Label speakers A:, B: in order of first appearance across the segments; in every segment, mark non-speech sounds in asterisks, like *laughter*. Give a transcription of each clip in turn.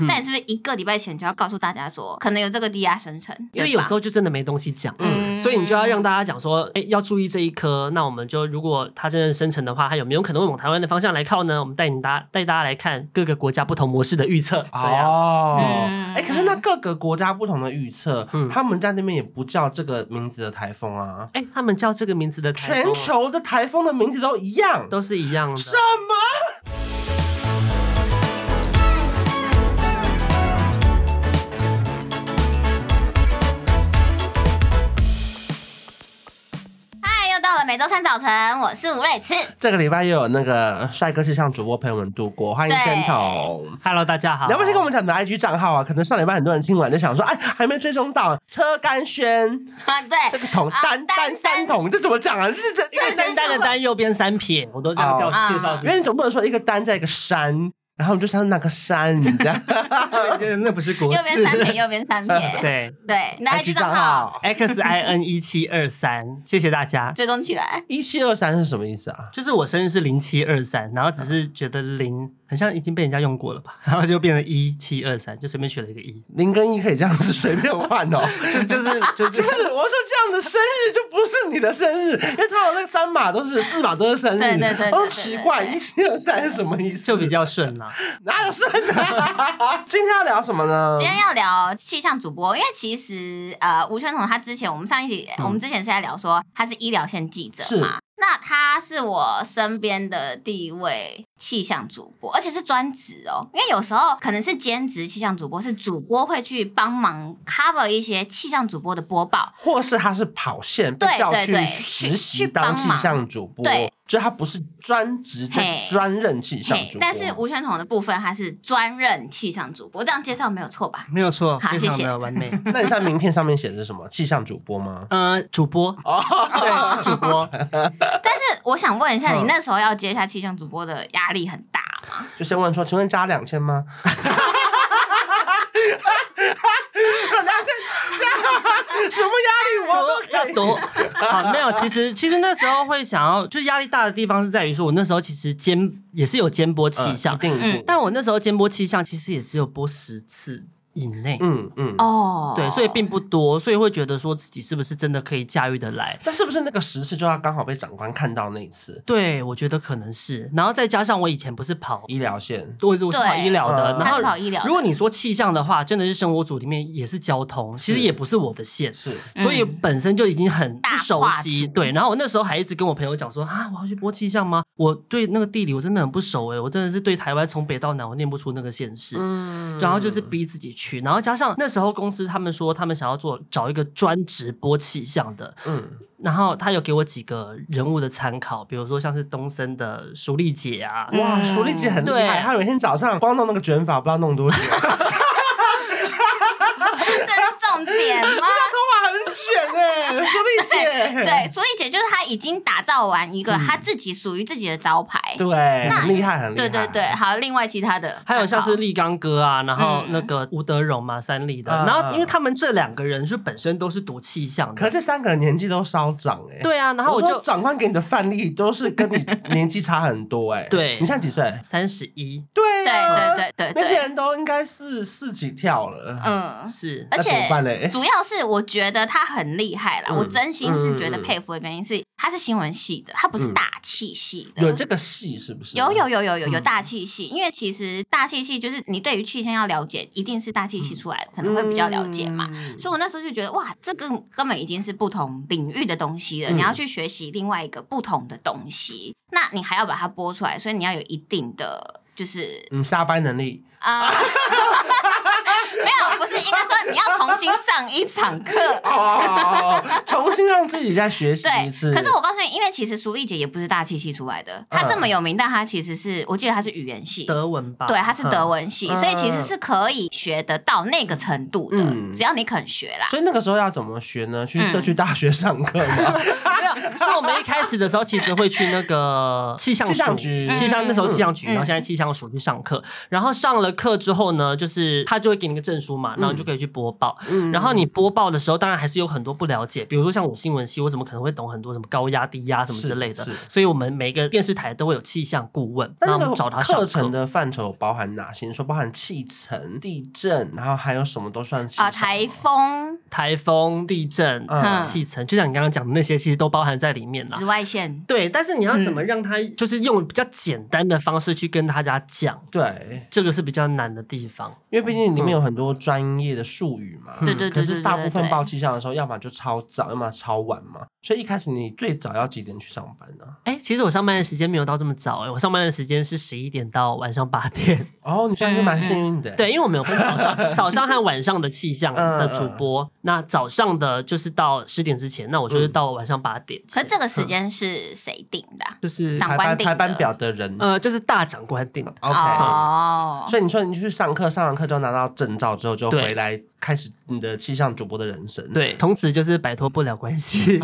A: 嗯
B: 但你是不是一个礼拜前就要告诉大家说，可能有这个低压生成？
A: 因为
B: 对
A: 有
B: 吧
A: 时候就真的没东西讲，
B: 嗯
A: 所以你就要让大家讲说，哎、要注意这一颗。那我们就如果它真的生成的话，它有没有可能会往台湾的方向来靠呢？我们带你大带大家来看各个国家不同模式的预测，这样、
C: 哦，
B: 嗯
C: 哎、可是那各个国家不同的预测，
A: 嗯
C: 他们在那边也不叫这个名字的台风啊，
A: 哎、他们叫这个名字的台
C: 全
A: 风啊
C: 球的台风的名字都一样。
A: 都是一样的。
C: 什么？
B: 嗨，又到了每周三早晨，我是吴磊
A: *laughs*
B: 慈。
C: 这个礼拜又有那个帅哥气象主播陪我们度过，欢迎
B: 对
C: 仙童。
A: Hello，大家好。
C: 你要不先跟我们讲你的 IG 账号啊？可能上礼拜很多人听完就想说，哎，还没追踪到车甘轩
B: 啊，对，
C: 这个桶
B: 啊
C: 单单
B: 单
C: 三桶，这怎么讲啊？这这
A: 一个
C: 这，
A: 单单的单，右边三撇，我都这样叫、
B: 哦
A: 介绍自
C: 因为
A: 己。
C: 你总不能说一个单在一个山，然后你就像那个山，你知道？
A: 我觉得那不是国
B: 右边三
A: 字。
B: 撇，右边
C: *laughs*
B: 三撇。
A: 对
B: 对，你的 IG 账号
A: ，X I N 一七二三，谢谢大家。
B: 追踪起来。
C: 一七二三是什么意思啊？
A: 就是我生日是零七二三，然后只是觉得零很像已经被人家用过了吧， *laughs* 然后就变成一七二三，就随便选了一个一，
C: 零跟一可以这样子随便换哦。 *laughs*
A: 就就是就是
C: 不是，我说这样子生日就不是你的生日，因为通常那个三码都是四码都是生日，
B: 对对对对对
C: 我说奇怪，一七二三是什么意思？
A: *laughs* 就比较顺啦。
C: 哪有顺啊？ *laughs* 今天要聊什么呢
A: 嗯
B: 今？天要聊气象主播，因为其实呃，吴宣彤他之前我们上一集、我
A: 嗯
B: 们之前是在聊说他是医疗线记者
C: 是
B: 嘛，那他是我身边的第一位气象主播，而且是专职哦，因为有时候可能是兼职气象主播，是主播会去帮忙 cover 一些气象主播的播报，
C: 或是他是跑线被
B: 对
C: 叫
B: 对
C: 去
B: 对
C: 实
B: 去
C: 习
B: 去
C: 当
B: 帮
C: 气
B: 忙
C: 象主播
B: 对，
C: 就他不是专职在
B: 嘿
C: 专任气象
B: 嘿
C: 主播。
B: 但是吴宣彤的部分他是专任气象主播，这样介绍没有错
A: *laughs*
B: 吧？
A: 没有错，
B: 好
A: 非
B: 谢谢
A: 常的完美。
C: 那你像名片上面写的是什么？气象主播吗？
A: 呃，主 *laughs* 播，对，主播，
B: 但是我想问一下，
C: 嗯
B: 你那时候要接下气象主播的压力很大吗？
C: 就先问说，请问加两千吗？ *laughs* 两千， *laughs* 什么压力我都可
A: 要
C: 以。
A: 多好，没有。其实其实那时候会想要，就是压力大的地方是在于说，我那时候其实兼也是有兼播气象
C: 嗯一，定一定，
A: 嗯但我那时候兼播气象其实也只有播十次以内，
C: 嗯嗯。
B: 哦，
A: 对，所以并不多，所以会觉得说自己是不是真的可以驾驭得来。
C: 那是不是那个十次就要刚好被长官看到那一次
A: 对，我觉得可能是，然后再加上我以前不是跑，
C: 医疗线？
A: 我是我是跑
B: 对
A: 医疗的
C: 嗯，
A: 然
B: 他
A: 后
B: 是跑医疗的
A: 如果你说气象的话，真的是生活组里面也是交通，其实
C: 是
A: 也不是我的线，
C: 是，
A: 所以
B: 嗯
A: 本身就已经很
B: 大
A: 不熟
B: 跨
A: 悉。
B: 组
A: 对，然后我那时候还一直跟我朋友讲说啊，我要去播气象吗？我对那个地理我真的很不熟欸诶、我真的是对台湾从北到南我念不出那个县市。
C: 嗯
A: 然后就是逼自己去，然后加上那时候公司他们说他们想要做找一个专职播气象的，
C: 嗯，
A: 然后他有给我几个人物的参考，比如说像是东森的淑丽姐啊，
B: 嗯
C: 哇，淑丽姐很厉害，
A: 对
C: 她每天早上光弄那个卷发，不知道弄多久，头
B: 这是重点
C: *laughs*
B: 吗？
C: 发很卷哎，淑丽姐，
B: 对，所以姐就是她已经打造完一个她自己属于自己的招牌。
C: 对，
B: 那
C: 很厉害，嗯很厉
B: 对
C: 害，
B: 对对，好，另外其他的
A: 还有像是
B: 参考
A: 立刚哥啊，然后
B: 嗯
A: 那个吴德荣嘛，三立的，
C: 嗯
A: 然后因为他们这两个人是本身都是读气象
C: 可
A: 的，
C: 这三个人年纪都稍长哎、
A: 对啊，然后我
C: 我说
A: 就
C: 长官给你的范例都是跟你年纪差很多
B: *laughs*
C: 哎、
A: 对
C: 你现在几岁？
A: 三十一
C: 对
B: 对
C: 啊
B: 对对对
C: 那些
B: 对，
C: 人都应该是四级跳了。
B: 嗯，
A: 是
B: 而
C: 那怎么办
B: 且
C: 嘞？
B: 主要是我觉得她很厉害啦，
C: 嗯
B: 我真心是觉得
C: 嗯嗯嗯
B: 佩服的原因是她是新闻系的，她不是大气系的。
C: 有这个戏是不是？
B: 嗯有有有有有有
A: 嗯
B: 大气系，因为其实大气系就是你对于气象要了解，一定是大气系出来的，可能会比较了解嘛。
C: 嗯
B: 所以我那时候就觉得，哇，这个根本已经是不同领域的东西了，
C: 嗯
B: 你要去学习另外一个不同的东西，那你还要把它播出来，所以你要有一定的就是
C: 嗯，下班
B: *laughs*
C: 能力 *laughs*
B: 啊。没有，不是应该说你要重新上一场
C: *laughs*
B: 课，
C: 哦，重新让自己再学习
B: 对
C: 一次。。
B: 可是我告诉你，因为其实苏丽姐也不是大气系出来的，她这
C: 嗯
B: 么有名，但她其实是我记得她是语言系，
A: 德文吧？
B: 对，它是德
A: 文，
B: 文系，
C: 嗯
B: 所以其实是可以学得到那个程度的，
C: 嗯
B: 只要你肯学啦。
C: 所以那个时候要怎么学呢？
B: 嗯
C: 去社区大学上
B: *laughs*
C: 课吗？
A: 没有，所以我们一开始的时候其实会去那个气象
C: 气象
A: 署，
C: 局
A: 气象那时候气象局，
B: 嗯
A: 然后现在气象署去上课，然后上了课之后呢，就是他就会给你个证书嘛，然后你就可以去播报。
C: 嗯
A: 然后你播报的时候，当然还是有很多不了解，比如说像我新闻系，我怎么可能会懂很多什么高压、低压什么之类的
C: 是是？
A: 所以我们每个电视台都会有气象顾问，
C: 那
A: 那我
C: 那
A: 们
C: 个
A: 找他上
C: 课
A: 课
C: 程的范畴包含哪些？你说包含气层、地震，然后还有什么都算气
B: 啊、
C: 象吗
B: 台。风、
A: 台风、地震、
C: 嗯
A: 气层，就像你刚刚讲的那些，其实都包含在里面啦
B: 紫。外线，
A: 对，但是你要
C: 嗯
A: 怎么让他，就是用比较简单的方式去跟大家讲，
C: 对，
A: 这个是比较难的地方。
C: 因为毕竟里
B: 嗯
C: 面有很多专业的术语嘛。
B: 对对
C: 可
B: 对对对对
C: 是大部分
B: 对
C: 报气象的时候，要么就超早，要么超晚嘛。所以一开始你最早要几点去上班呢、
A: 哎，其实我上班的时间没有到这么早、诶我上班的时间是十一点到晚上八点。 *laughs*
B: 嗯
C: 哦，你算是蛮幸运的、
A: 对，，因为我们有分早上、早上和晚上的气象的主播。那早上的就是到十点之前，那我就是到晚上八点
B: 可
A: 前。
B: 是这个时间是谁定的啊、
A: 就是
B: 嗯长
C: 排
B: 官
C: 班
B: 定的嗯
C: 排班表的人。
A: 呃，就是大长官定的。
C: OK，、
B: 哦，
C: 所以你说你去上课，上完课之后拿到证照之后，就
A: 对
C: 回来开始你的气象主播的人生。
A: 对，从此就是摆脱不了关系。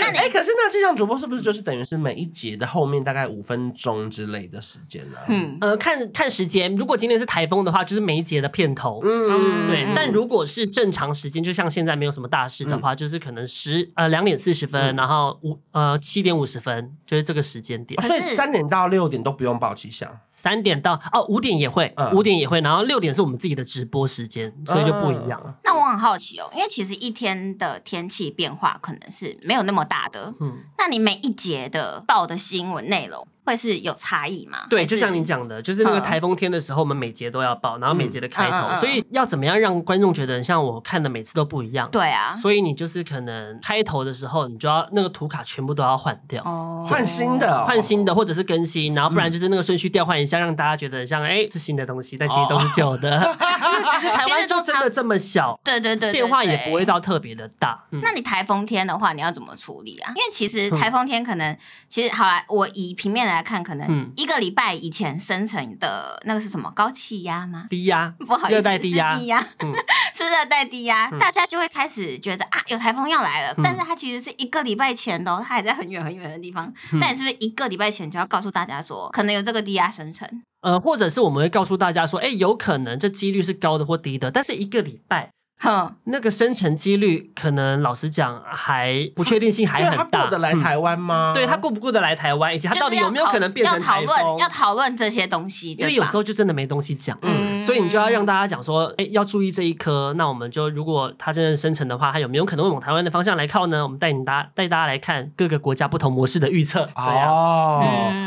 B: 那你
C: 哎、可是那气象主播是不是就是等于是每一节的后面大概五分钟之类的时间啊呢、
B: 嗯
A: 呃，看看时间，如果今天是台风的话，就是每一节的片头。
C: 嗯，
A: 对，
B: 嗯
A: 但如果是正常时间，就像现在没有什么大事的话，就是可能十呃两点四十分，然后五呃七点五十分，就是这个时间点
C: 哦。
B: 可
C: 所以
B: 是
C: 三点到六点都不用报气象。
A: 三点到哦五点也会
C: 嗯，
A: 五、点也会，然后六点是我们自己的直播时间，所以就不一样了。
B: 那我很好奇哦，因为其实一天的天气变化可能是没有那么大的，
A: 嗯，
B: 那你每一节的报的新闻内容会是有差异吗？
A: 对，
B: 还是
A: 就像你讲的，就是那个
B: 嗯
A: 台风天的时候，我们每节都要报，然后每节的开头，
B: 嗯嗯嗯嗯
A: 所以要怎么样让观众觉得像我看的每次都不一样？
B: 对啊，
A: 所以你就是可能开头的时候，你就要那个图卡全部都要换掉。
B: 哦
C: 换新的、哦，
A: 换新的或者是更新，然后不然就是那个顺序调换一下，让大家觉得很像哎、是新的东西，但其实都是旧的。
B: 哦
A: *laughs* 因为其实台湾就真的这么小，
B: 对对对对
A: 变化也
B: 对
A: 不会到特别的大。嗯
B: 那你台风天的话，你要怎么处理啊？因为其实台风天可能，其实好啦，我以平面来看，可能
A: 嗯
B: 一个礼拜以前生成的那个是什么高气压吗？
A: 低压，
B: *laughs* 不好意思，
A: 热带低压
B: 是低压，
A: 嗯
B: *laughs* 是热带低压，
A: 嗯
B: 大家就会开始觉得啊，有台风要来了。
A: 嗯
B: 但是它其实是一个礼拜前的哦、它还在很远很远的地方。
A: 嗯
B: 但你是不是一个礼拜前就要告诉大家说，可能有这个低压生成？
A: 呃，或者是我们会告诉大家说，哎、有可能这几率是高的或低的，但是一个礼拜
B: 哼，
A: 那个生成几率，可能老实讲还不确定性还
C: 对他
A: 很大。
C: 过得来
A: 嗯
C: 台湾吗？
A: 对他过不过得来台湾，以及他到底有没有可能变成
B: 要讨
A: 台
B: 论
A: 风
B: 要？讨论这些东西？
A: 因为
B: 对
A: 有
B: 吧
A: 时候就真的没东西讲，
B: 嗯
A: 所以你就要让大家讲说，哎、要注意这一颗。那我们就如果它真的生成的话，它有没有可能会往台湾的方向来靠呢？我们带你大带大家来看各个国家不同模式的预测，这样。
C: 哦，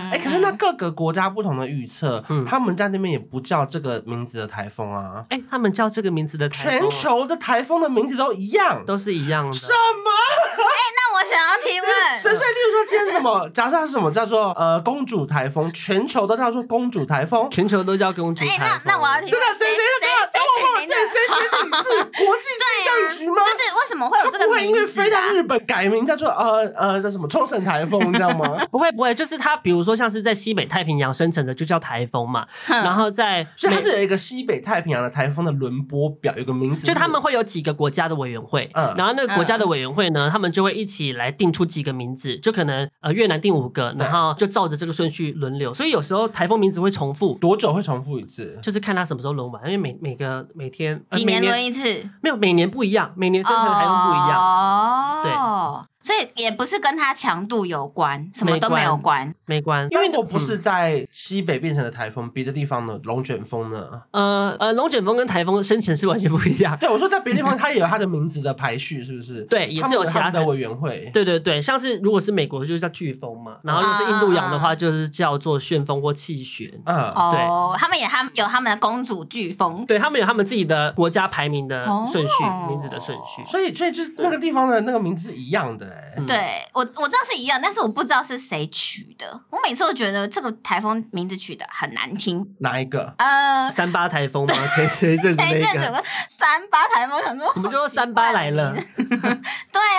C: 哎、
B: 嗯
C: 可是那各个国家不同的预测，
A: 嗯
C: 他们在那边也不叫这个名字的台风啊，
A: 哎、他们叫这个名字的台
C: 全
A: 风啊
C: 球的台风的名字都一样。
A: 都是一样的，
C: 什么？
B: 那我想要提
C: 所以，
B: 问，
C: 所以例如说今天是
B: *laughs*
C: 什么？假设它是什么叫做呃公主台风，全球都叫做公主
B: *laughs*
C: 台风。
A: 全球都叫公主台
B: 哎，
A: 风。？
B: 那那我要提
C: 对
B: 问
C: 的，，
B: 谁
C: 对对
B: 谁
C: 对，等
B: 谁
C: 我
B: 取
C: 忘
B: 名
C: 记
B: 的？
C: 谁决定是
B: *laughs*
C: 国际气象局吗？
B: 啊就是为什么会有这
C: 不
B: 个
C: 会因为
B: 名字
C: 飞到
B: 啊？
C: 日本改名叫做呃呃叫什么冲绳台风，你知道吗
A: 不会不会，就是它，比如说像是在西北太平洋生成的，就叫台风嘛。
B: 哼
A: 然后在
C: 所以它
A: 美
C: 是有一个西北太平洋的台风的轮播表，有个名字，
A: 就他们会有几个国家的委员会，
C: 嗯
A: 然后那个国家的委员会
B: 嗯
A: 呢，他们就会一起来定出几个名字，就可能呃越南定五个，
C: 对
A: 然后就照着这个顺序轮流，所以有时候台风名字会重复，
C: 多久会重复一次？
A: 就是看他什么时候轮完，因为每每个每天、呃、
B: 几年
A: 每
B: 轮一次，
A: 没有每年不一样，每年生成的台风不一样，
B: 哦，对，所以也不是跟它强度有关，什么都没有关。
A: 没关，因
C: 因
A: 为
C: 为我不是在西北变成的台风，别的地方的龙卷风呢？
A: 呃呃龙卷风跟台风生成是完全不一样。
C: 对，我说在别的地方，它也有它的名字的排序，是不是？
A: 对也是
C: 他们
A: 有
C: 有
A: 其他
C: 他们的
A: 台
C: 委员会。
A: 对对对，像是如果是美国就是叫飓风嘛，然后如果是印度洋的
B: 啊
A: 话就是叫做旋风或气旋，
C: 嗯，
B: 哦，他们也他们有他们的公主飓风，
A: 对他们有他们自己的国家排名的顺序，
B: 哦
A: 名字的顺序。
C: 所以所以就是那个地方的那个名字是一样的、欸，
A: 嗯
B: 对我我知道是一样，但是我不知道是谁取的。我每次都觉得这个台风名字取的很难听。
C: 哪一个？
B: 呃，
A: 三八台风嘛，前前一阵子
B: 前一阵
A: 那
B: 子有
A: 个，
B: 个三八台风，想说
A: 我们就说三八来了，
B: 对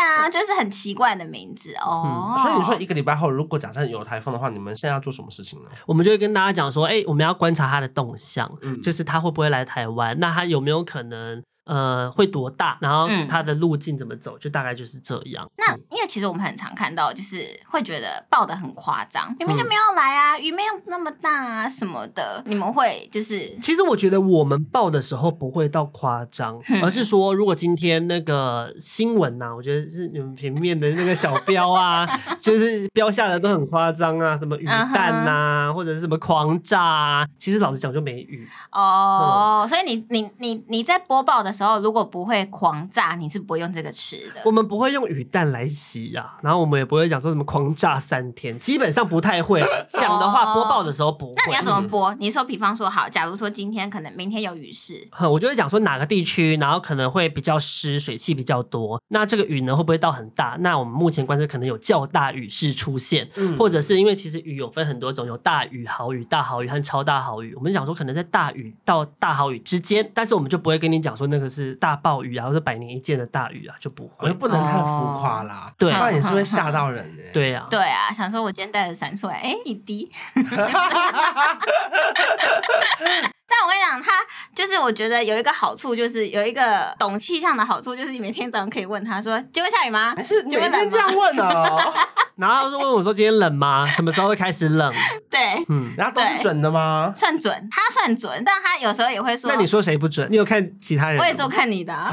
B: 啊，就是很奇怪的名字哦。
C: 嗯所以你说一个礼拜后，如果假设有台风的话，你们现在要做什么事情呢？
A: 我们就会跟大家讲说，哎、我们要观察它的动向，
C: 嗯
A: 就是它会不会来台湾，那它有没有可能呃会多大，然后
B: 嗯
A: 它的路径怎么走，就大概就是这样。
B: 那
A: 嗯
B: 因为其实我们很常看到，就是会觉得报的很夸张，明明就没有来啊，雨没有那么大啊什么的，你们会就是
A: 其实我觉得我们报的时候不会到夸张，
B: 嗯
A: 而是说，如果今天那个新闻啊呐、我觉得是你们平面的那个小
B: *laughs*
A: 标啊，就是标下的都很夸张啊，什么鱼
B: 嗯
A: 蛋呐、或者是什么狂炸啊，其实老实讲就没鱼。
B: 哦，所以你你你你在播报的时候，如果不会狂炸，你是不会用这个词的
A: 我。们不会用鱼蛋来洗啊，然后我们也不会讲说什么狂炸三天，基本上不太会。讲的话，
B: 哦
A: 播报的时候不会。
B: 那你要怎么播？你说，比方说，好，假如说今天可能明天有雨势，
A: 哼，嗯我就会讲说哪个地区，然后可能会比较湿，水汽比较多。那这个雨呢，会不会到很大？那我们目前观测可能有较大雨势出现，
C: 嗯
A: 或者是因为其实雨有分很多种，有大雨、豪雨、大豪雨和超大豪雨。我们想说可能在大雨到大豪雨之间，但是我们就不会跟你讲说那个是大暴雨啊，或是百年一见的大雨啊，就不
C: 我
A: 会
B: 哦
C: 又。不能太浮夸啦，
A: 哦对
C: 不然也是会吓到人欸的、，
A: 对啊，
B: 对啊，想说我今天带着伞出来，哎、一滴。 *laughs* 但我跟你讲，他就是我觉得有一个好处，就是有一个懂气象的好处，就是你每天早上可以问他说：“今天会下雨吗？”
C: 是你
B: 今
C: 们
B: 天
C: 这
B: 冷吗
C: 样
A: *laughs*
C: 问哦、
A: 然后就问我说今天
B: *laughs*
A: 冷吗？什么时候会开始冷？
B: 对，
A: 嗯，
C: 然后都是准的吗？
B: 算准，他算准，但他有时候也会说：“
A: 那你说谁不准？你有看其他人？
B: 我也做。看你的、
A: *laughs*
B: 啊，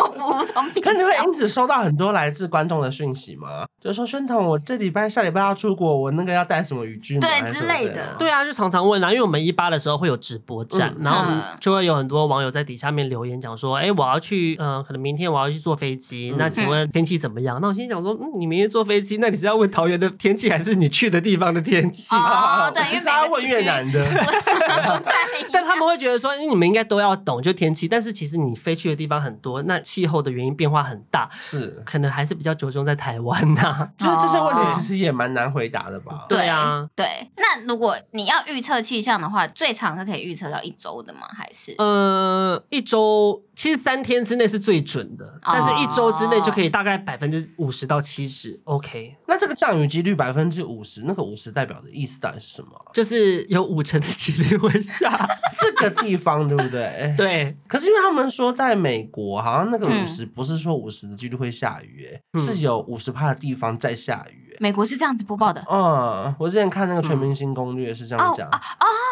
B: 我不无从比 *laughs*
C: 可
B: 较。”
C: 你会因此收到很多来自观众的讯息吗？就说宣彤，我这礼拜、下礼拜要出国，我那个要带什么雨具吗？
B: 对
C: 还是什么
B: 之类的哦
A: 对啊，就常常问啦、因为我们一八的时候会有直播站，
C: 嗯
A: 然后我们
B: 嗯
A: 就会有很多网友在底下面留言讲说，哎、我要去，嗯、可能明天我要去坐飞机，
C: 嗯
A: 那请问天气怎么样？那我心想说，嗯，你明天坐飞机，那你是要问桃园的天气，还是你去的地方的天气？ *laughs*
B: 哦，对，因
C: 我其
B: 为
C: 实要
B: 每个
C: 问
B: 地
C: 越
B: 区 *laughs*
C: 南的，
B: 不太一样
A: 但他们会觉得说，嗯你们应该都要懂，就天气。但是其实你飞去的地方很多，那气候的原因变化很大，
B: 哦
C: 是，
A: 可能还是比较着重在台湾啊呐、
C: 就是这些问题其实也蛮难回答的吧？
A: 对啊
B: 对。那如果你要预测气象的话，最长是可以预测到一周的吗？还是？
A: 呃，一周其实三天之内是最准的，但是一周之内就可以大概百分之五十到七十，OK，
C: 那这个降雨几率百分之五十，那个五十代表的意思到底是
B: *laughs*
C: 什么？
A: 就是有五成的几率会下。
C: 这个地方对不对？。
A: 对，
C: 可是因为他们说在美国，好像那个
B: 嗯
C: 五十不是说五十的几率会下雨、欸，
A: 嗯
C: 是有五十趴的地方在下雨、欸。
B: 美国是这样子播报的
C: 嗯，我之前看那个《全明星攻略》是这样讲。
B: 哦，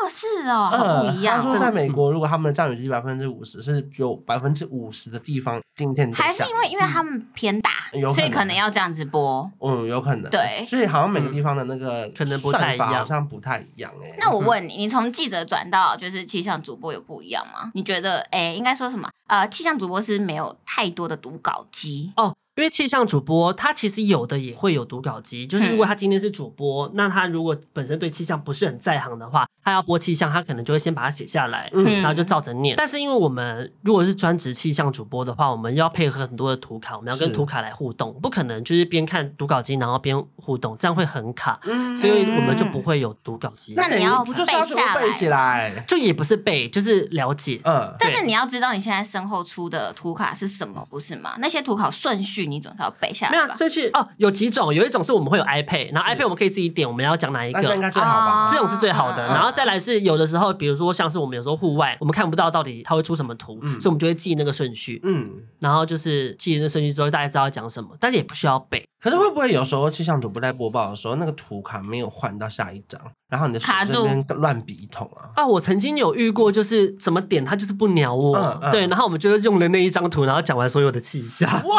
B: 是哦，好不
C: 嗯，
B: 一
C: 他
B: 样
C: 说在
B: 哦。
C: 美国，如果他们的降雨率百分之五十，是有百分之五十的地方今天在
B: 还
C: 下
B: 是
C: 雨
B: 因为因为他们偏大
C: 嗯有，可能
B: 所以可能要这样子播。
C: 嗯，有可能
B: 对
C: 所以好像每个地方的那个
A: 嗯可能不太一样
C: 算法好像不太一样哎、
B: 那我问你，你从记者转到就是气象主播有不一样吗？你觉得，哎，应该说什么？呃，气象主播是没有太多的读稿机，
A: 哦。因为气象主播他其实有的也会有读稿机，就是如
C: 嗯
A: 果他今天是主播，那他如果本身对气象不是很在行的话，他要播气象，他可能就会先把它写下来，
C: 嗯
A: 然后就照着念。但是因为我们如果是专职气象主播的话，我们要配合很多的图卡，我们要跟
C: 是
A: 图卡来互动，不可能就是边看读稿机然后边互动，这样会很卡，
C: 嗯
A: 所以我们就不会有读稿机。
B: 那
C: 等于
B: 你要
C: 不就是要
B: 背
C: 全部
B: 下
C: 背
B: 来
C: 起来？
A: 就也不是背，就是了解。
C: 嗯，
B: 但是你要知道你现在身后出的图卡是什么，不是吗？那些图卡顺序你总是要背下
A: 没
B: 来
A: 有，
B: 吧？
A: 所以去哦，有几种，有一种是我们会有 iPad，然后
C: 是
A: iPad 我们可以自己点，我们要讲哪一
C: 那这样应
A: 个。
C: 该最好吧？
B: 啊
A: 这种是最好的，
B: 嗯嗯嗯
A: 然后再来是有的时候，比如说像是我们有时候户外，我们看不到到底它会出什么图，
C: 嗯
A: 所以我们就会记那个顺序，
C: 嗯，
A: 然后就是记那个顺序之后，大概知道要讲什么，但是也不需要背。
C: 可是会不会有时候气象主播在播报的时候，那个图卡没有换到下一张，然后你的手
B: 卡
C: 在
B: 住
C: 那边乱比一通啊？
A: 啊，我曾经有遇过，就是怎么点它就是不鸟我，
C: 嗯嗯
A: 对，然后我们就用了那一张图，然后讲完所有的气象。
C: *laughs*
B: 哦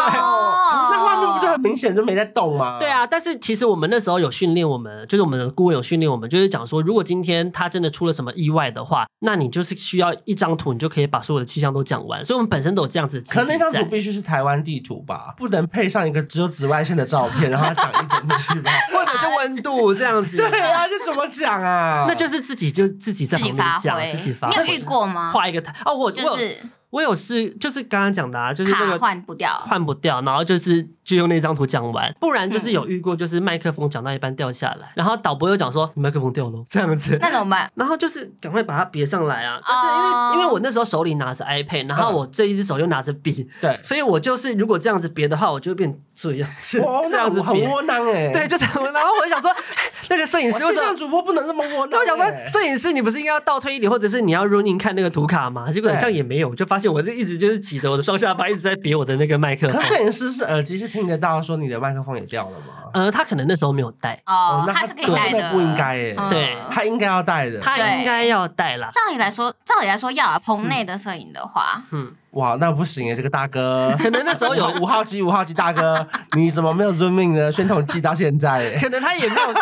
C: 哇，那画面不就很明显就没在动吗？
A: 对，啊，但是其实我们那时候有训练我们，就是我们的顾问有训练我们，就是讲说，如果今天他真的出了什么意外的话，那你就是需要一张图，你就可以把所有的气象都讲完。所以我们本身都有这样子的基
C: 可
A: 底在。
C: 能那张图必须是台湾地图吧，不能配上一个只有紫外线的照片，然后它讲一整句吧？
A: *laughs* 或者是温度这样子，
C: *laughs* 对啊，这怎么讲啊？
A: 那就是自己就自己在
B: 自己
A: 旁
B: 发
A: 边讲，啊
B: 挥，
A: 自己发
B: 你有
A: 挥
B: 遇，过吗？
A: 画一个台哦，我我
B: 就
A: 有
B: 是
A: 我有是就是刚刚讲的啊，就是那
B: 卡
A: 个
B: 换不掉，
A: 换不掉，然后就是就用那张图讲完，不然
B: 嗯
A: 就是有遇过，就是麦克风讲到一半掉下来，然后导播又讲说你麦克风掉
C: *laughs*
A: 了这样子，
B: 那怎么办？
A: 然后就是赶快把它别上来啊！但是因为、
B: 哦
A: 因为我那时候手里拿着 iPad，然后
C: 嗯
A: 我这一只手又拿着笔，
C: 对，
A: 所以我就是如果这样子别的话，我就会变这样子，
C: 哦，
A: 这
C: 那
A: 样子
C: 我很
A: 别。
C: 窝囊哎。
A: *laughs* 对，，就是我，然后我就想说， *laughs* 那个摄影
C: 我
A: 师为
C: 气
A: 什么
C: 象主播不能这么窝
A: 那
C: 囊
A: 我
C: 欸。
A: 想说，摄影师你不是应该要倒退一点，或者是你要 running 看那个图卡吗？结果好像也没有，我就发现我这一直就是挤着我的双下巴，一直在别我的那个麦克风
C: 可。摄影师是耳机是听得到，说你的麦克风也掉了吗？
A: 呃，他可能那时候没有带，
B: 哦，
C: 那
B: 他是可以
C: 真
B: 带
C: 的
B: 的，
C: 不应该耶
B: 嗯
A: 对
C: 他应该要带的。
A: 他应该要带啦。
B: 照理来说，照理来说要啊，棚内的摄影的话，
A: 嗯，
C: 哇，那不行哎，这个大
A: *laughs*
C: 哥。
A: 可能那时候有，
C: 五号机，五号机大哥，你怎么没有 zoom in 呢？宣统记到现在欸
A: *laughs*
C: 耶。
A: 可能他也没有，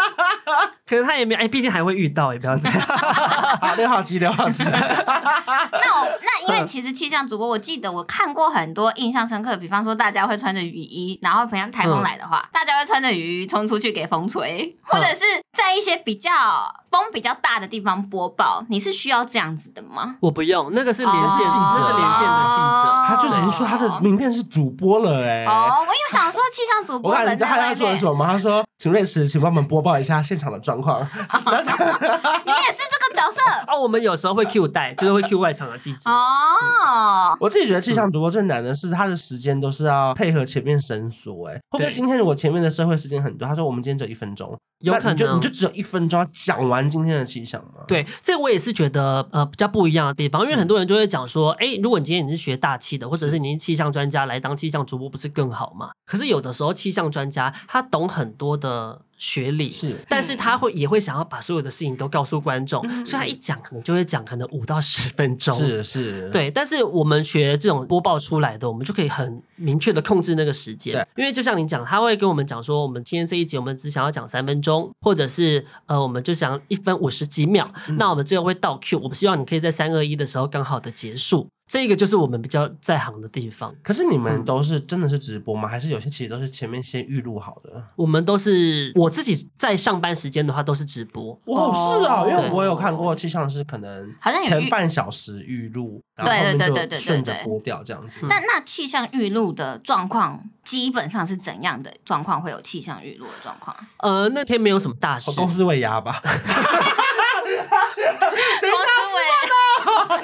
A: 可能他也没有，哎，毕竟还会遇到，也不要这样。
C: 好，六号机，六号机。
A: 嗯
B: 那我那因为其实气象主播，我记得我看过很多印象深刻，比方说大家会穿着雨衣，然后平常台
A: 嗯
B: 风来的话，大家会穿着雨衣冲出去给风吹，或者是在一些比较风比较大的地方播报，你是需要这样子的吗？
A: *laughs* 我不用，那个是连线，
B: 哦
A: 那是连线的记者。
C: 他就已经说他
A: 哦
C: 的名片是主播了哎、
B: 哦，我有想说气象主
C: 我
B: 播
C: 看你
B: 人
C: 知道
B: 在
C: 他
B: 外
C: 在做
B: 面，
C: 了什么吗？他说：“请瑞驰，请帮我们播报一下现场的状况。 *laughs*
B: 你也是这个角色
A: 哦，我们有时候会 Q 带，就是会 Q 外场的记者。
B: 哦”。
C: 我自己觉得气象主播最难的是他的时间都是要配合前面伸缩，哎，会不会
A: 对
C: 今天我前面的社会时间很多？他说我们今天只有一分钟，
A: 有
C: 那
A: 可
C: 你就
A: 能
C: 你就只有一分钟要讲完今天的气象吗？
A: 对，这我也是觉得呃比较不一样的地方，因为很多人就会讲说，哎，如果你今天你是学大气的，或者是你是气象专家来当气象主播，不是更好吗？可是有的时候气象专家他懂很多的学理，
C: 是
A: 但是他会也会想要把所有的事情都告诉观众，所以他一讲可能就会讲可能五到十分钟，
C: 是是，
A: 对，但是我们学这种播报出来的，我们就可以很明确的控制那个时间，因为就像你讲，他会跟我们讲说，我们今天这一集我们只想要讲三分钟，或者是呃，我们就想一分五十几秒，那我们最后会倒 Q，我们希望你可以在三二一的时候刚好的结束，这个就是我们比较在行的地方。
C: 可是你
A: 嗯
C: 们都是真的是直播吗？还是有些其实都是前面先预录好的？
A: 我们都是我自己在上班时间的话都是直播，
C: 哦，是哦，因为
A: 对
C: 我有看过气象是可能
B: 好像有
C: 前
B: 预
C: 半小时预录，然后
B: 对
C: 后面
B: 对
C: 就
B: 对对对
C: 顺着
B: 对
C: 播掉这样子。
B: 那那气象预录的状况基本上是怎样的状况？会有气象预录的状况？
A: 呃，那天没有什么大事
C: 我，哦公司尾牙吧，
B: 公司尾，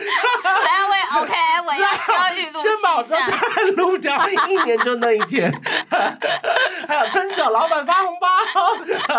B: 来 *laughs* 喂，OK，我要需要 *laughs* 预录
C: 先把我
B: 气
C: 这
B: 象。
C: 段录掉，一年就那一天。 *laughs* 还有春酒，老板发红包。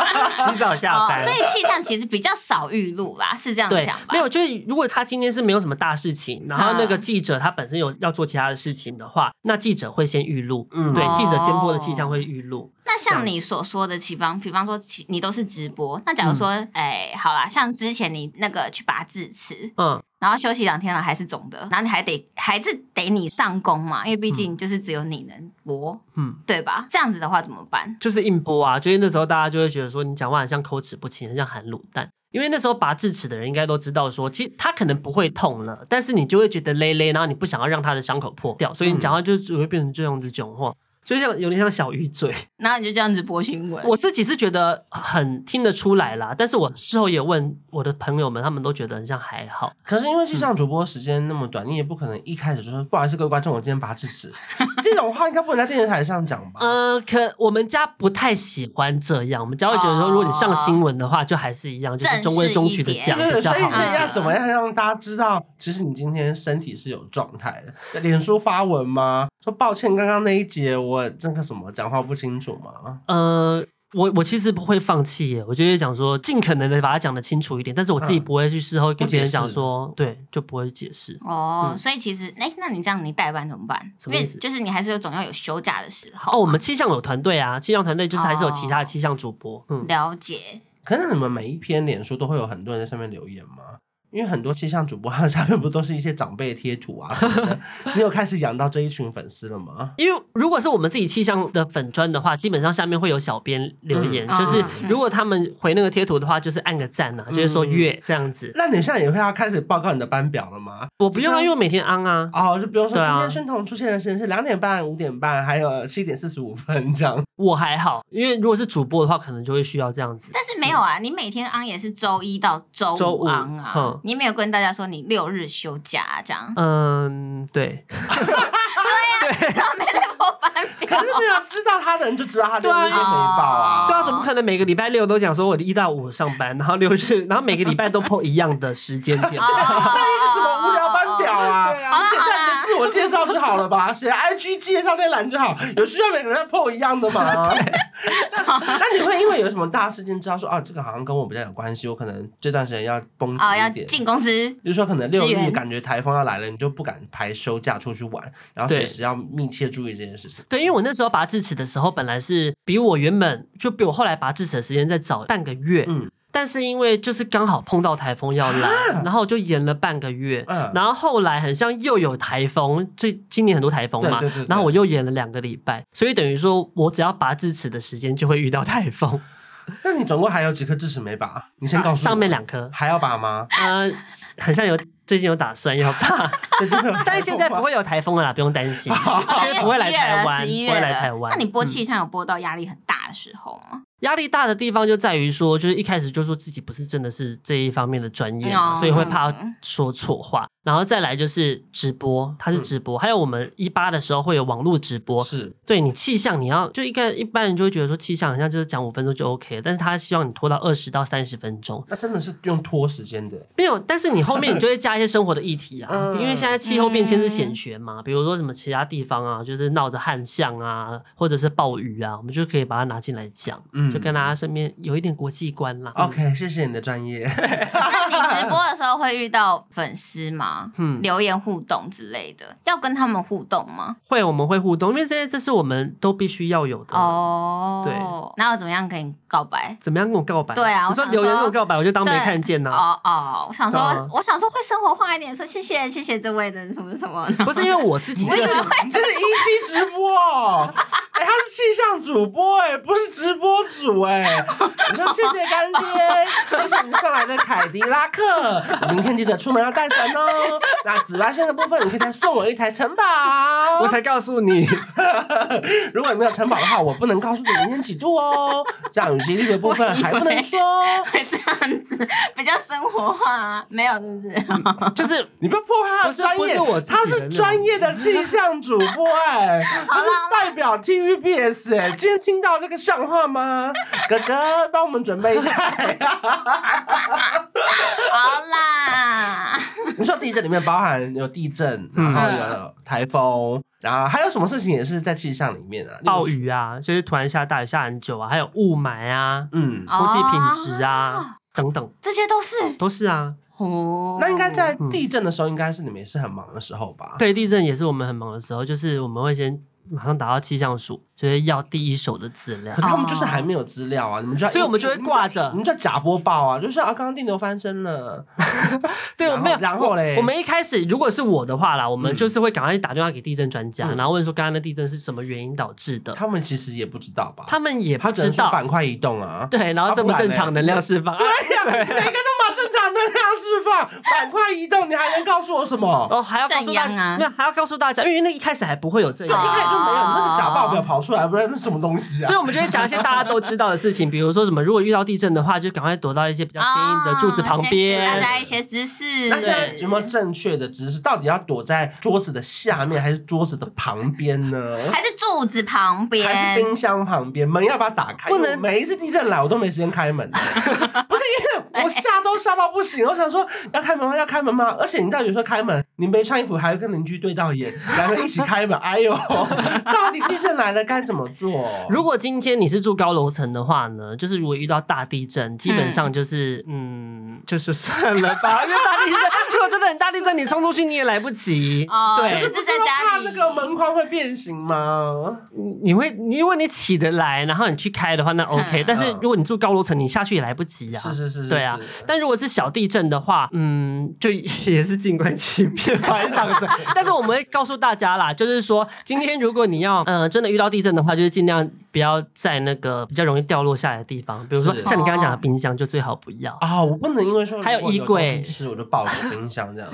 C: *laughs*
A: 提早下
B: 哦
A: 班，，
B: 所以气象其实比较少预录啦，是这样
A: 对
B: 讲吧？嗯
A: 没有，就是如果他今天是没有什么大事情，然后那个记者他本身有要做其他的事情的话，那记者会先预录。
C: 嗯
A: 对
B: 哦，
A: 记者监播的气象会预录。
B: 那像你所说的，比方比方说起，你都是直播，那假
C: 嗯
B: 如说，哎、好啦，像之前你那个去拔智齿，
A: 嗯，
B: 然后休息两天了还是肿的，然后你还得还是得你上工嘛，因为
C: 嗯
B: 毕竟就是只有你能播，
A: 嗯，
B: 对吧？这样子的话怎么办？
A: 就是硬播啊，就是那时候大家就会觉得说你讲话很像口齿不清，很像含卤蛋。因为那时候拔智齿的人应该都知道说，其实他可能不会痛了，但是你就会觉得勒勒，然后你不想要让他的伤口破掉，所以你讲话就只会变成这样子讲话，就像有点像小鱼嘴。
B: 然后你就这样子播新闻，
A: 我自己是觉得很听得出来啦，但是我事后也问我的朋友们，他们都觉得很像还好。
C: 可是因为气象主播时间那么短，你也不可能一开始就说不好意思各位观众，我今天拔
B: *laughs*
C: 智齿，这种话应该不能在电视台上讲吧？
A: 呃，可我们家不太喜欢这样，我们家会觉得说，如果你上新闻的话，就还是一样，就是中规中矩的
B: 这
A: 讲
C: 对
A: 比
C: 对，
A: 较
C: 所以
A: 好。
C: *laughs* 所以要怎么样让大家知道，其实你今天身体是有状态的？脸书发文吗？说抱歉，刚刚那一节我这个什么讲话不清楚吗？
A: 呃，我我其实不会放弃耶，我就会讲说，尽可能的把它讲的清楚一点，但是我自己
C: 嗯
A: 不会去事后跟别人
C: 不
A: 讲
C: 解释
A: 说，对，就不会解释。
B: 哦，
A: 嗯
B: 所以其实，哎、那你这样你代班怎么办？
A: 什么意思
B: 因为就是你还是有总要有休假的时候嘛。
A: 哦，我们气象有团队啊，气象团队就是还是有其他的气象主播，嗯，
B: 了解，
C: 可是你们每一篇脸书都会有很多人在上面留言吗？因为很多气象主播， *laughs* 他下面不都是一些长辈贴图啊什么的？你有开始养到这一群粉丝了吗？
A: 因为如果是我们自己气象的粉砖的话，基本上下面会有小编留言，
B: 嗯
A: 就是
B: 嗯嗯
A: 如果他们回那个贴图的话，就是按个赞呐、啊，就是说
C: 嗯
A: 月这样子。
C: 那你现在也会要开始报告你的班表了吗？
A: 我不用啊，因为我每天安啊。
C: 哦，就比如说
A: 对
C: 今
A: 啊
C: 天宣统出现的时间是两点半、五点半，还有七点四十五分这样。
A: 我还好，因为如果是主播的话，可能就会需要这样子。
B: 但是没有啊，你每天昂也是周一到周
A: 嗯周
B: 五
A: 五嗯
B: 昂啊
A: 哼，，
B: 你没有跟大家说你六日休假、啊、这样
A: *laughs*
B: *laughs*
A: 嗯，对，
B: 他没在播班
C: 可
B: 表
C: 是。没有知道他的人就知道他六
A: 对
C: 日
A: 啊
C: 没报啊。
A: 对啊，怎么可能每个礼拜六都讲说我的一到五上班，然后六日，然后每个礼拜都 po 一样的时间点？
B: 啊
C: 那是什么无聊班表啊？
A: 对啊
B: 好啦
C: 写
B: 好
C: 在你
B: 啦
C: 的自我介绍就好了吧，写 IG 介绍那栏就好，有需要每个人要 po 一样的吗？
A: *laughs*
C: 那那你会因为有什么大事件知道说啊，这个好像跟我比较有关系，我可能这段时间要
A: 嗯
C: 绷紧
B: 哦，要
C: 一点。
B: 进公司，
C: 就是说，可能六
B: 资源
C: 日感觉台风要来了，你就不敢排休假出去玩，然后
A: 对
C: 随时要密切注意这件事情。
A: 对，因为我那时候拔智齿的时候，本来是比我原本就比我后来拔智齿的时间再早半个月，
C: 嗯啊
A: 但是因为就是刚好碰到台风要来，然后就延了半个月。
C: 嗯，
A: 然后后来很像又有台风，最今年很多台风嘛，
C: 对对对对
A: 然后我又延了两个礼拜，所以等于说我只要拔智齿的时间就会遇到台风。
C: 那你总共还有几颗智齿没拔？你 *laughs* 先告诉我。
A: 啊上面两颗，
C: 还要拔吗？
A: 呃，很像有最近有打算要拔，
C: *laughs* 这是没有
A: *laughs* 但是现在不会有台风了啦，不用担心，就是哦不会来台湾，
B: 哦十一
A: 不
B: 月
A: 会
B: 了，
A: 来台湾。
B: 那你播
A: 嗯
B: 气象有播到压力很大的时候吗？
A: 压力大的地方就在于说，就是一开始就说自己不是真的是这一方面的专业嘛，
B: 嗯
A: 所以会怕说错话。然后再来就是直播，它是直播，还有我们一八的时候会有网络直播。
C: 是
A: 对你气象，你要就一个一般人就会觉得说气象好像就是讲五分钟就 OK 了，但是他希望你拖到二十到三十分钟，
C: 那真的是用拖时间的，
A: 没有，但是你后面你就会加一些生活的议题
B: *laughs*
A: 啊，
C: 嗯
A: 因为现在气候变迁是显学嘛，比如说什么其他地方啊，就是闹着旱象啊，或者是暴雨啊，我们就可以把它拿进来讲，
C: 嗯
A: 就跟大家顺便有一点国际观啦。
C: OK，谢谢你的专 *laughs* 业。
B: *laughs* 那你直播的时候会遇到粉丝吗？
A: 嗯
B: 留言互动之类的，要跟他们互动吗？
A: 会我们会互动，因为这些这是我们都必须要有的。
B: 哦，
A: 对，
B: 那要怎么样跟你告白？
A: 怎么样跟我告白？
B: 对啊
A: 你说
B: 我想说
A: 留言跟我告白，我就当没看见啊呐、
B: 哦哦，我想说，
A: 对
C: 嗯
A: 啊
B: 我想说会生活化一点，说谢谢谢谢这位的什么什么， *laughs*
A: 不是因为我自己
B: 哦
C: 你这个是你这是一期直播、哦，哎、他是气象主播哎、不是直播主哎、你说谢谢干爹，谢谢你送来的凯迪拉克，明天记得出门要带伞哦。那紫外线的部分，你可以再送我一台城堡。 *laughs*
A: 我才告诉你，
C: 如果你没有城堡的话，我不能告诉你明天几度哦。降雨几率的部分还不能说，
B: 会这样子比较生活化啊？没有，是不是？
C: 嗯
A: 就是
C: 你不要破坏他的专
A: 不是
C: 业，
A: 不是我自己的
C: 他是专业的气象主
A: *laughs*
C: 播哎、他是代表 TVBS 哎、今天听到这个像
A: *laughs*
C: 话吗？哥哥，帮我们准备一台。
B: *laughs* 好啦，
C: 你说地震里面包含有地震，
A: 嗯
C: 然后有台风，然后还有什么事情也是在气象里面啊？
A: 暴，雨啊，就是突然下大雨下很久啊，还有雾霾啊，
C: 嗯，
B: 哦
A: 空气品质啊、等等，
B: 这些都是
A: 都是啊。
B: 哦。
C: 那应该在地震的时候，应该是你们也是很忙的时候吧？
A: 对，地震也是我们很忙的时候，就是我们会先马上打到气象署，就是要第一手的资料
C: 可。是他们就是还没有资料啊，你们就要
A: 所以我们就会挂着
C: 你们就假播报啊，就是啊，刚刚地牛翻身了，
A: 对，我
C: 然后
A: 没有。
C: 然后嘞，
A: 我们一开始如果是我的话啦，我们
C: 嗯
A: 就是会赶快打电话给地震专家，
C: 嗯
A: 然后问说刚刚的地震是什么原因导致的，
C: 他们其实也不知道吧？
A: 他们也
C: 他
A: 不
C: 只
A: 知
C: 能说
A: 道。
C: 板块移动啊。
A: 对，然后
C: 啊
A: 这
C: 不
A: 么
C: 然
A: 正
C: 嘞
A: 常能量释放，
C: *laughs*
A: 啊
C: 对呀，每个都把正常能量释放，板块移动，你还能告诉我什么？
A: 哦，还要告诉大
B: 正央啊
A: 没有还要告诉大家，因为那一开始还不会有这
C: 对，一
A: 样。
C: 开始就没有那个假报表跑出来，不然那什么东西啊
A: 所以？我们就会讲一些大家都知道的事情，比如说什么，如果遇到地震的话，就赶快躲到一些比较坚硬的柱子旁边。
B: 哦先给大家一些知识。
C: 那现在有没有正确的知识？到底要躲在桌子的下面，还是桌子的旁边呢？
B: 还是柱子旁边，
C: 还是冰箱旁边，门要不要打开？
A: 不能
C: 因为我每一次地震来，我都没时间
B: *laughs*
C: 开门。不是因为我吓都吓到不行，我想说要开门吗？要开门吗？而且你知道，有时候开门，你没穿衣服，还会跟邻居对到眼，两个人一起
B: *laughs*
C: 开门。哎呦，到底地震来了该怎么做？
A: 如果今天你是住高楼层的话呢，就是如果遇到大地震，基本上就是嗯就是算了 *laughs* 吧，因为大地震，如果真的很大地震，你冲出去你也来不及。
B: 哦
A: 对，
B: 就
C: 就是哎不是
B: 在
C: 说
B: 家
C: 怕
B: 里
C: 那个门框会变形吗？
A: 你你会，你如果你起得来，然后你去开的话，那 OK、
B: 嗯
A: 但是
C: 嗯
A: 如果你住高楼层，你下去也来不及啊。
C: 是是是是，
A: 对啊
C: 是，
A: 但如果是小地震的话，嗯，就 *laughs* 也是静观其变吧，还是躺着。但是我们会告诉大家啦，就是说，今天如果你要，呃，真的遇到地震的话，就是尽量不要在那个比较容易掉落下来的地方，比如说
C: 是
A: 像你刚刚讲的冰箱，就最好不要。
C: 啊、我不能因为说
A: 还有
C: 如果
A: 衣柜
C: 东西吃，我就抱着冰箱这样，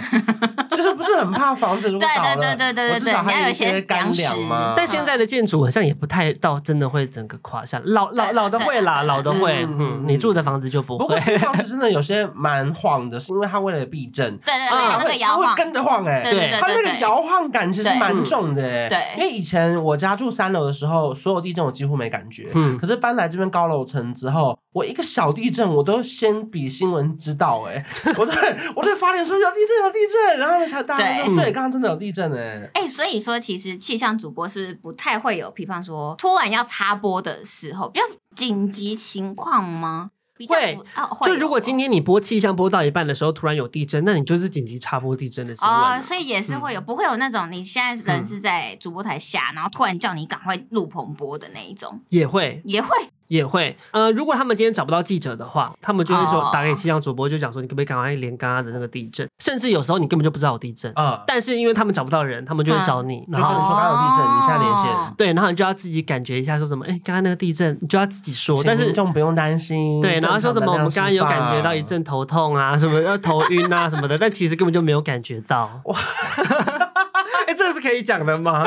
C: 就是不是很怕房子如果
B: 对
C: 倒了，
B: 对对对对
C: 我至
B: 对
C: 少
B: 你要
C: 还
B: 有
C: 一
B: 一些
C: 些干
B: 粮
C: 粮
B: 食
C: 嘛。
A: 但现在的建筑好像也不太到真的会整个垮下来，老老
B: 对
A: 老的会啦，
B: 对
A: 老的会，
C: 嗯
A: 嗯，你住的房子就不
C: 不
A: 会
C: 过。新房子真的有些蛮晃的，是因为它为了避震，
B: 对对，
A: 啊
B: 还有
C: 它
B: 那个
C: 会它
B: 摇晃
C: 会，跟着晃哎、
B: 对对对
A: 对
C: 它那
B: 对
C: 个
B: 对，
C: 摇晃感其实
B: 对
C: 蛮重的哎、
B: 对
C: 因为以前我家住三楼的时候，所有地震我几乎没感觉。
A: 嗯，
C: 可是搬来这边高楼层之后，我一个小地震我都先比新闻知道哎、
B: *laughs*
C: 我对我对发言说有地震有地震，然后才大家说
A: 对
C: 对，刚刚真的有地震哎、
B: 哎、所以说其实气象主播是不太会有，比方说突然要插播的时候，比较紧急情况吗？比较
A: 会
B: 不啊， *laughs* 会
A: 就
B: 有
A: 如果
B: 哦
A: 今天你播气象播到一半的时候，突然有地震，那你就是紧急插播地震的新嗯闻
B: 哦，
A: 了。
B: 所以也是会有，不会有那种你现在人是在主播台下，然后突然叫你赶快录棚播的那一种，
A: 也会
B: 也会
A: 也会，呃，如果他们今天找不到记者的话，他们就会
B: 哦
A: 说打给气象主播，就讲说你可不可以赶快连刚刚的那个地震，甚至有时候你根本就不知道有地震，
C: 啊、
A: 但是因为他们找不到人，他们就会找你，
C: 嗯
A: 然
C: 就跟
A: 后
C: 你说刚刚有地震你现在连线
B: 哦
A: 对，然后你就要自己感觉一下说什么，哎，刚刚那个地震，你就要自己说，
C: 请
A: 但是
C: 民众不用担心。
A: 对，然后说什么我们
C: 正
A: 刚刚
C: 常能
A: 有
C: 量释放
A: 感觉到一，阵头痛啊，什么要头晕啊什么的，但其实根本就没有感觉到。哇， *laughs* 哎，这个是可以讲的吗？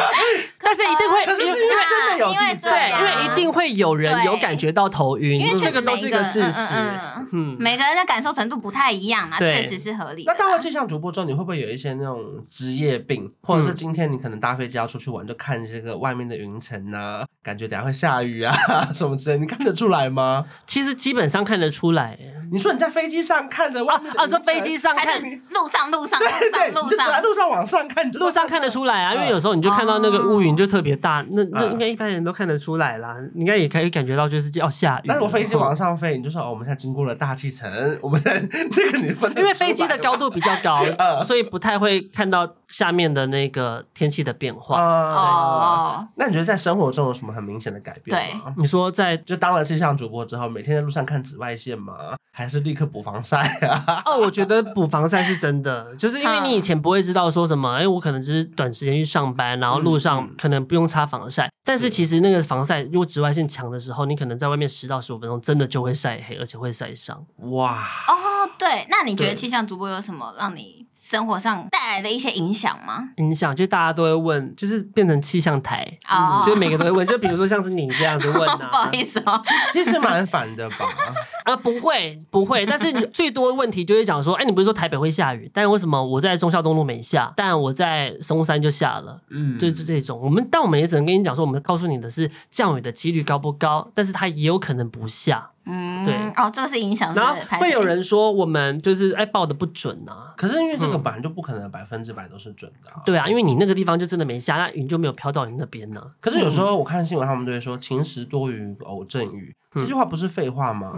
A: 但是一定会，
C: 可是
A: 因
C: 是因
A: 为
C: 为真的有
B: 因为
C: 地震、
B: 对
C: 啊，
B: 啊
A: 对，因为一定会有人有
B: 对
A: 感觉到头晕，
B: 因为确
A: 这
B: 实
A: 个都
B: 每
A: 是
B: 一
A: 一
B: 个
A: 个事
B: 嗯
A: 实。
B: 嗯
A: 嗯
B: 嗯，每个人的感受程度不太一样啊，
A: 对
B: 确实是合理的
C: 那
B: 啦。
C: 当了气象主播之后，你会不会有一些那种职业病，或者是今天你可能搭飞机要出去玩，就看这个外面的云层呐、啊，感觉等下会下雨啊 *laughs* 什么之类，你看得出来吗？
A: 其实基本上看得出来。
C: 你说你在飞机上看着外面的
A: 啊，
C: 云
A: 说
C: 层
A: 飞机上
C: *laughs*
B: 还
A: 看，
B: 是路上路上
C: 对
B: 路上路
C: 对，你就走在
B: 上，
C: 路上往上看，你就
A: 路上看得出来啊，因为有时候你就看到那个乌云就特别大，那那
C: 嗯
A: 应该一般人都看得出来啦，你应该也可以感觉到就是要下雨了。
C: 但是我飞机往上飞，你就说哦，我们现在经过了大气层，我们在这个你分得
A: 因为
C: 出来
A: 飞机的
C: 吗
A: 高度比较高
C: *laughs* 嗯，
A: 所以不太会看到下面的那个天气的变
C: 啊、
A: 化。
B: 哦，
C: 那你觉得在生活中有什么很明显的改变吗？
A: 你说在
C: 就当了气象主播之后，每天在路上看紫外线吗？还是立刻补防晒啊？
A: 哦，我觉得补防晒是真的，就是因为
B: 嗯
A: 你以前不会知道说什么，哎，我可能只是短时间去上班，然后路上
C: 嗯
A: 可能不用擦防晒，但是其实那个防晒，如果紫外线强的时候，你可能在外面十到十五分钟，真的就会晒黑，而且会晒伤。
C: 哇！
B: 哦，对，那你觉得
A: 对
B: 气象主播有什么让你生活上带来的一些影响吗？
A: 你想，就大家都会问，就是变成气象台，
B: 哦，
A: 嗯
B: *laughs*
A: 就是每个都会问，就比如说像是你这样子问啊，
B: 不好意思哦，
C: 其实蛮烦的吧？
A: *laughs* 啊，不会不会，但是你最多问题就是讲说，哎、你不是说台北会下雨，但为什么我在忠孝东路没下，但我在松山就下了？
C: 嗯，
A: 就是这种，我们但我们也只能跟你讲说，我们告诉你的是降雨的几率高不高，但是它也有可能不下。
B: 嗯
A: 对，
B: 哦，这个是影响，
A: 然后
B: 是不是
A: 会有，人说我们就是哎报的不准啊，
C: 可是因为这个本来就不可能百分之百都是准的、啊。。
A: 对啊，因为你那个地方就真的没下，那云就没有飘到你那边呢、
C: 可是有时候我看新闻，他们都会说“晴时多云，偶阵雨”，
A: 嗯
C: 这句话不是废
A: *laughs*
C: 话吗？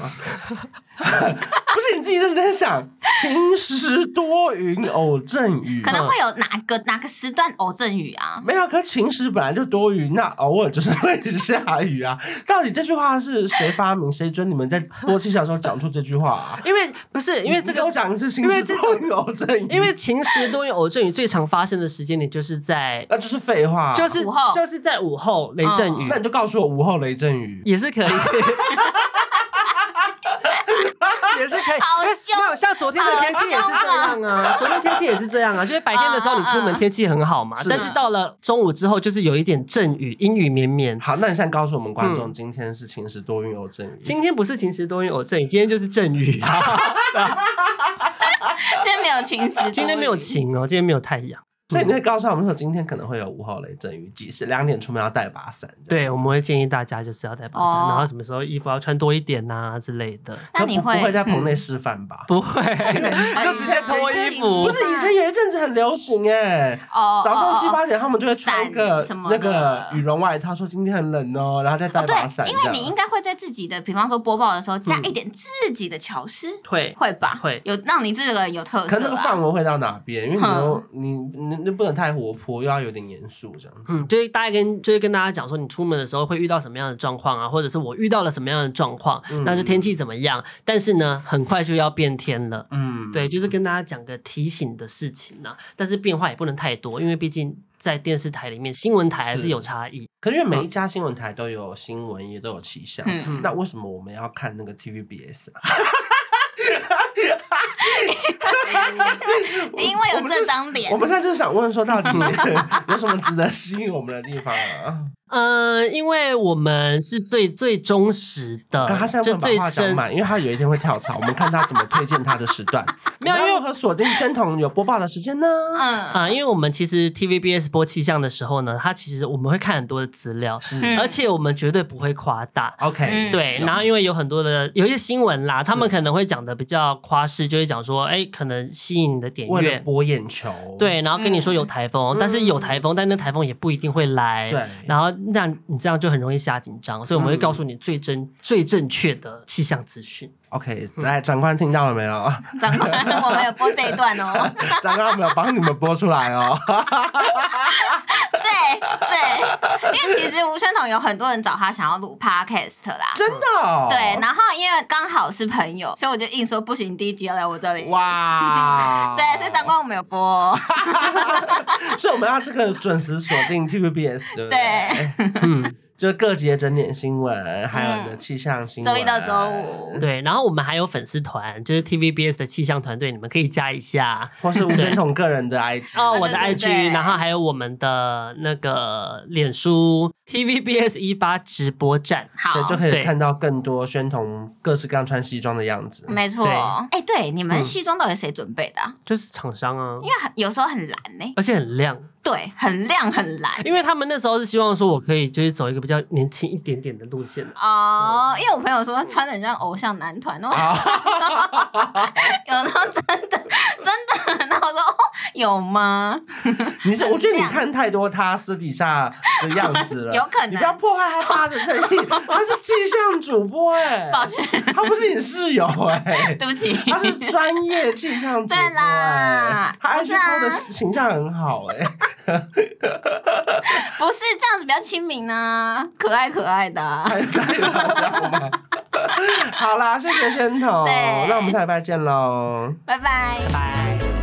C: 不是你自己认真想，“晴时多云，偶阵
A: 嗯
C: 雨”，
B: 可能会有哪个哪个时段偶阵雨
A: *laughs*
B: 啊？
C: 没有，可是晴时本来就多云，那偶尔就是会下雨啊。到底这句话是谁发明？谁准你们在播气象的时候讲出这句话啊？
A: 因为不是 *laughs* 因为这
C: 你给我
A: 个。
C: 讲一次晴时多云偶阵雨，
A: 因为晴时多云偶阵雨最常发生的时间点就是在
C: 那就是废话，啊
A: 就是
B: 午后哦
A: 就是在午后雷
B: 嗯
A: 阵雨
C: 那，你就告诉我午后雷阵雨。
A: 也是可以。也是可以，
B: 好
A: 哎
B: 凶
A: 没有像昨天的天气也是这样啊，昨天天气也是这样啊，就是白天的时候你出门天气很好嘛，
C: 是
A: 但是到了中午之后就是有一点阵雨，阴雨绵绵。
C: 好，那你现在告诉我们观
B: 嗯
C: 众，今天是晴时多云偶阵雨。
A: 今天不是晴时多云偶阵雨，今天就是阵雨，啊
B: 今天没有晴时，
A: 今天没有，晴哦，今天没有太阳。
C: 所以你会告诉我们说，今天可能会有午后雷阵雨，即使两点出门要带把伞。这样，
A: 对，我们会建议大家就是要带把伞，
B: 哦
A: 然后什么时候衣服要穿多一点呐、之类的。
B: 那你呃
C: 不不会在棚
B: 嗯
C: 内示范吧？
A: 不会，
C: 就直接脱
A: 衣服
C: 不是，以前有一阵子很流行哎。
B: 嗯哦，
C: 早上七
B: 哦
C: 八点，他们就会穿一个
B: 伞什么
C: 那
B: 的
C: 个羽绒外套，说今天很冷哦，然后再带
B: 哦对
C: 把伞。，
B: 因
C: 这
B: 为
C: 样
B: 你应该会在自己的，比方说播报的时候加一点自己的巧思，
A: 会
B: 会吧？
A: 嗯会
B: 有让你这个有特
C: 可
B: 色
C: 是那个
B: 啊。
C: 范围会到哪边？因为你又你你那不能太活泼，又要有点严肃这样子。
A: 嗯，就是大概跟就是跟大家讲说，你出门的时候会遇到什么样的状况啊，或者是我遇到了什么样的状况，
C: 嗯
A: 那是天气怎么样？但是呢，很快就要变天了，
C: 嗯，
A: 对，就是跟大家讲个提醒的事情呢、啊。但是变化也不能太多，因为毕竟在电视台里面，新闻台还是
C: 是
A: 有差异。
C: 可是因为每一家新闻台都有新闻，也都有气象，
B: 嗯
A: 嗯
C: 那为什么我们要看那个 TVBS 啊？
B: *laughs* 因为
C: 我
B: 有
C: 们
B: 这
C: 就
B: 张脸
C: 我，们现在就是想问说，到底有什么值得吸引我们的地方啊？
A: 嗯、因为我们是最最忠实的
B: 呃
C: 可他现在，不
A: 就
C: 能
A: 最
C: 把话讲
A: 真。
C: 满，因为他有一天会跳槽，我们看他怎么推荐他的
B: *laughs*
C: 时段。
A: 没有
C: 我们要
A: 因为
C: 如何锁定宣统有播报的时间呢？
B: 嗯
A: 啊、因为我们其实 TVBS 播气象的时候呢，它其实我们会看很多的资料，
C: 是
B: 嗯
A: 而且我们绝对不会夸大。
C: OK，
B: 嗯
A: 对，
C: 有
A: 然后因为有很多的有一些新闻啦，他们可能会讲的比较夸饰，就会讲说，哎，可能吸引你的点
C: 为了
A: 阅，
C: 博眼球，
A: 对，然后跟你说有台风，但是有台风，但那台风也不一定会来，
C: 对
A: 然后那你这样就很容易瞎紧张，所以我们会告诉你最真、最正确的气象资讯。
C: ，OK，来，
B: 嗯
C: 长官听到了没有？ *laughs*
B: 长官，我们有播这一段哦。 *laughs*
C: 长官有没有帮你们播出来哦？
B: 对对，因为其实吴宣统有很多人找他想要录 podcast 啦。
C: *laughs* 真的哦，
B: 对，然后因为刚好是朋友，所以我就硬说不行，第一集要来我这里。
C: 哇，
B: *laughs* 对，所以长，官我们有播哦。
C: *laughs* 所以我们要这个准时锁定 TVBS，对不对？对，
A: 嗯，
C: *laughs* 就是各节整点新闻，还有你的气象新闻，
B: 嗯周一到周，五，
A: 对，然后我们还有粉丝团，就是 TVBS 的气象团队，你们可以加一下。
C: 或是吴宣彤个
B: *laughs*
C: 人的 IG，
A: 哦，
B: 对
A: 我的
B: 对
A: IG，
B: 对
A: 然后还有我们的那个脸书 TVBS 一八直播站，
C: 所以
B: 好
C: 就，可以
A: 对
C: 看到更多宣彤各式各样穿西装的样子。
B: 没错
A: 对。
B: 哎，对，你们
A: 嗯
B: 西装到底谁准备的啊？
A: 就是厂商啊
B: 因，为很有时候很蓝呢，
A: 而且很亮，
B: 对，很亮很蓝。
A: 因为他们那时候是希望说我可以就是走一个比较年轻一点点的路线啊。
B: 哦，因为我朋友
C: 嗯
B: 说穿的很像偶像男团哦，
C: 啊
B: *laughs* 有时候真的真的，然后我说哦，有吗？
C: 你是，我觉得你
B: 很亮
C: 看太多他私底下的样子
B: *laughs*
C: 了，
B: 有可能
C: 你不要破坏他发的生意，他是气象主播哎、
B: 抱歉，
C: 他不是你室友哎、
B: 对不起，
C: 他是专业气象主播、
B: 对啦
C: 哎，他
B: 不是
C: IG
B: 啊
C: po 的形象很好哎、 *laughs*
B: 不是这样子比较亲民啊，可爱可爱的啊、
C: 还可以大家吗？ *laughs* 好啦，谢谢宣彤，
B: 对
C: 那我们下礼拜见喽。
B: 拜拜。
A: 拜。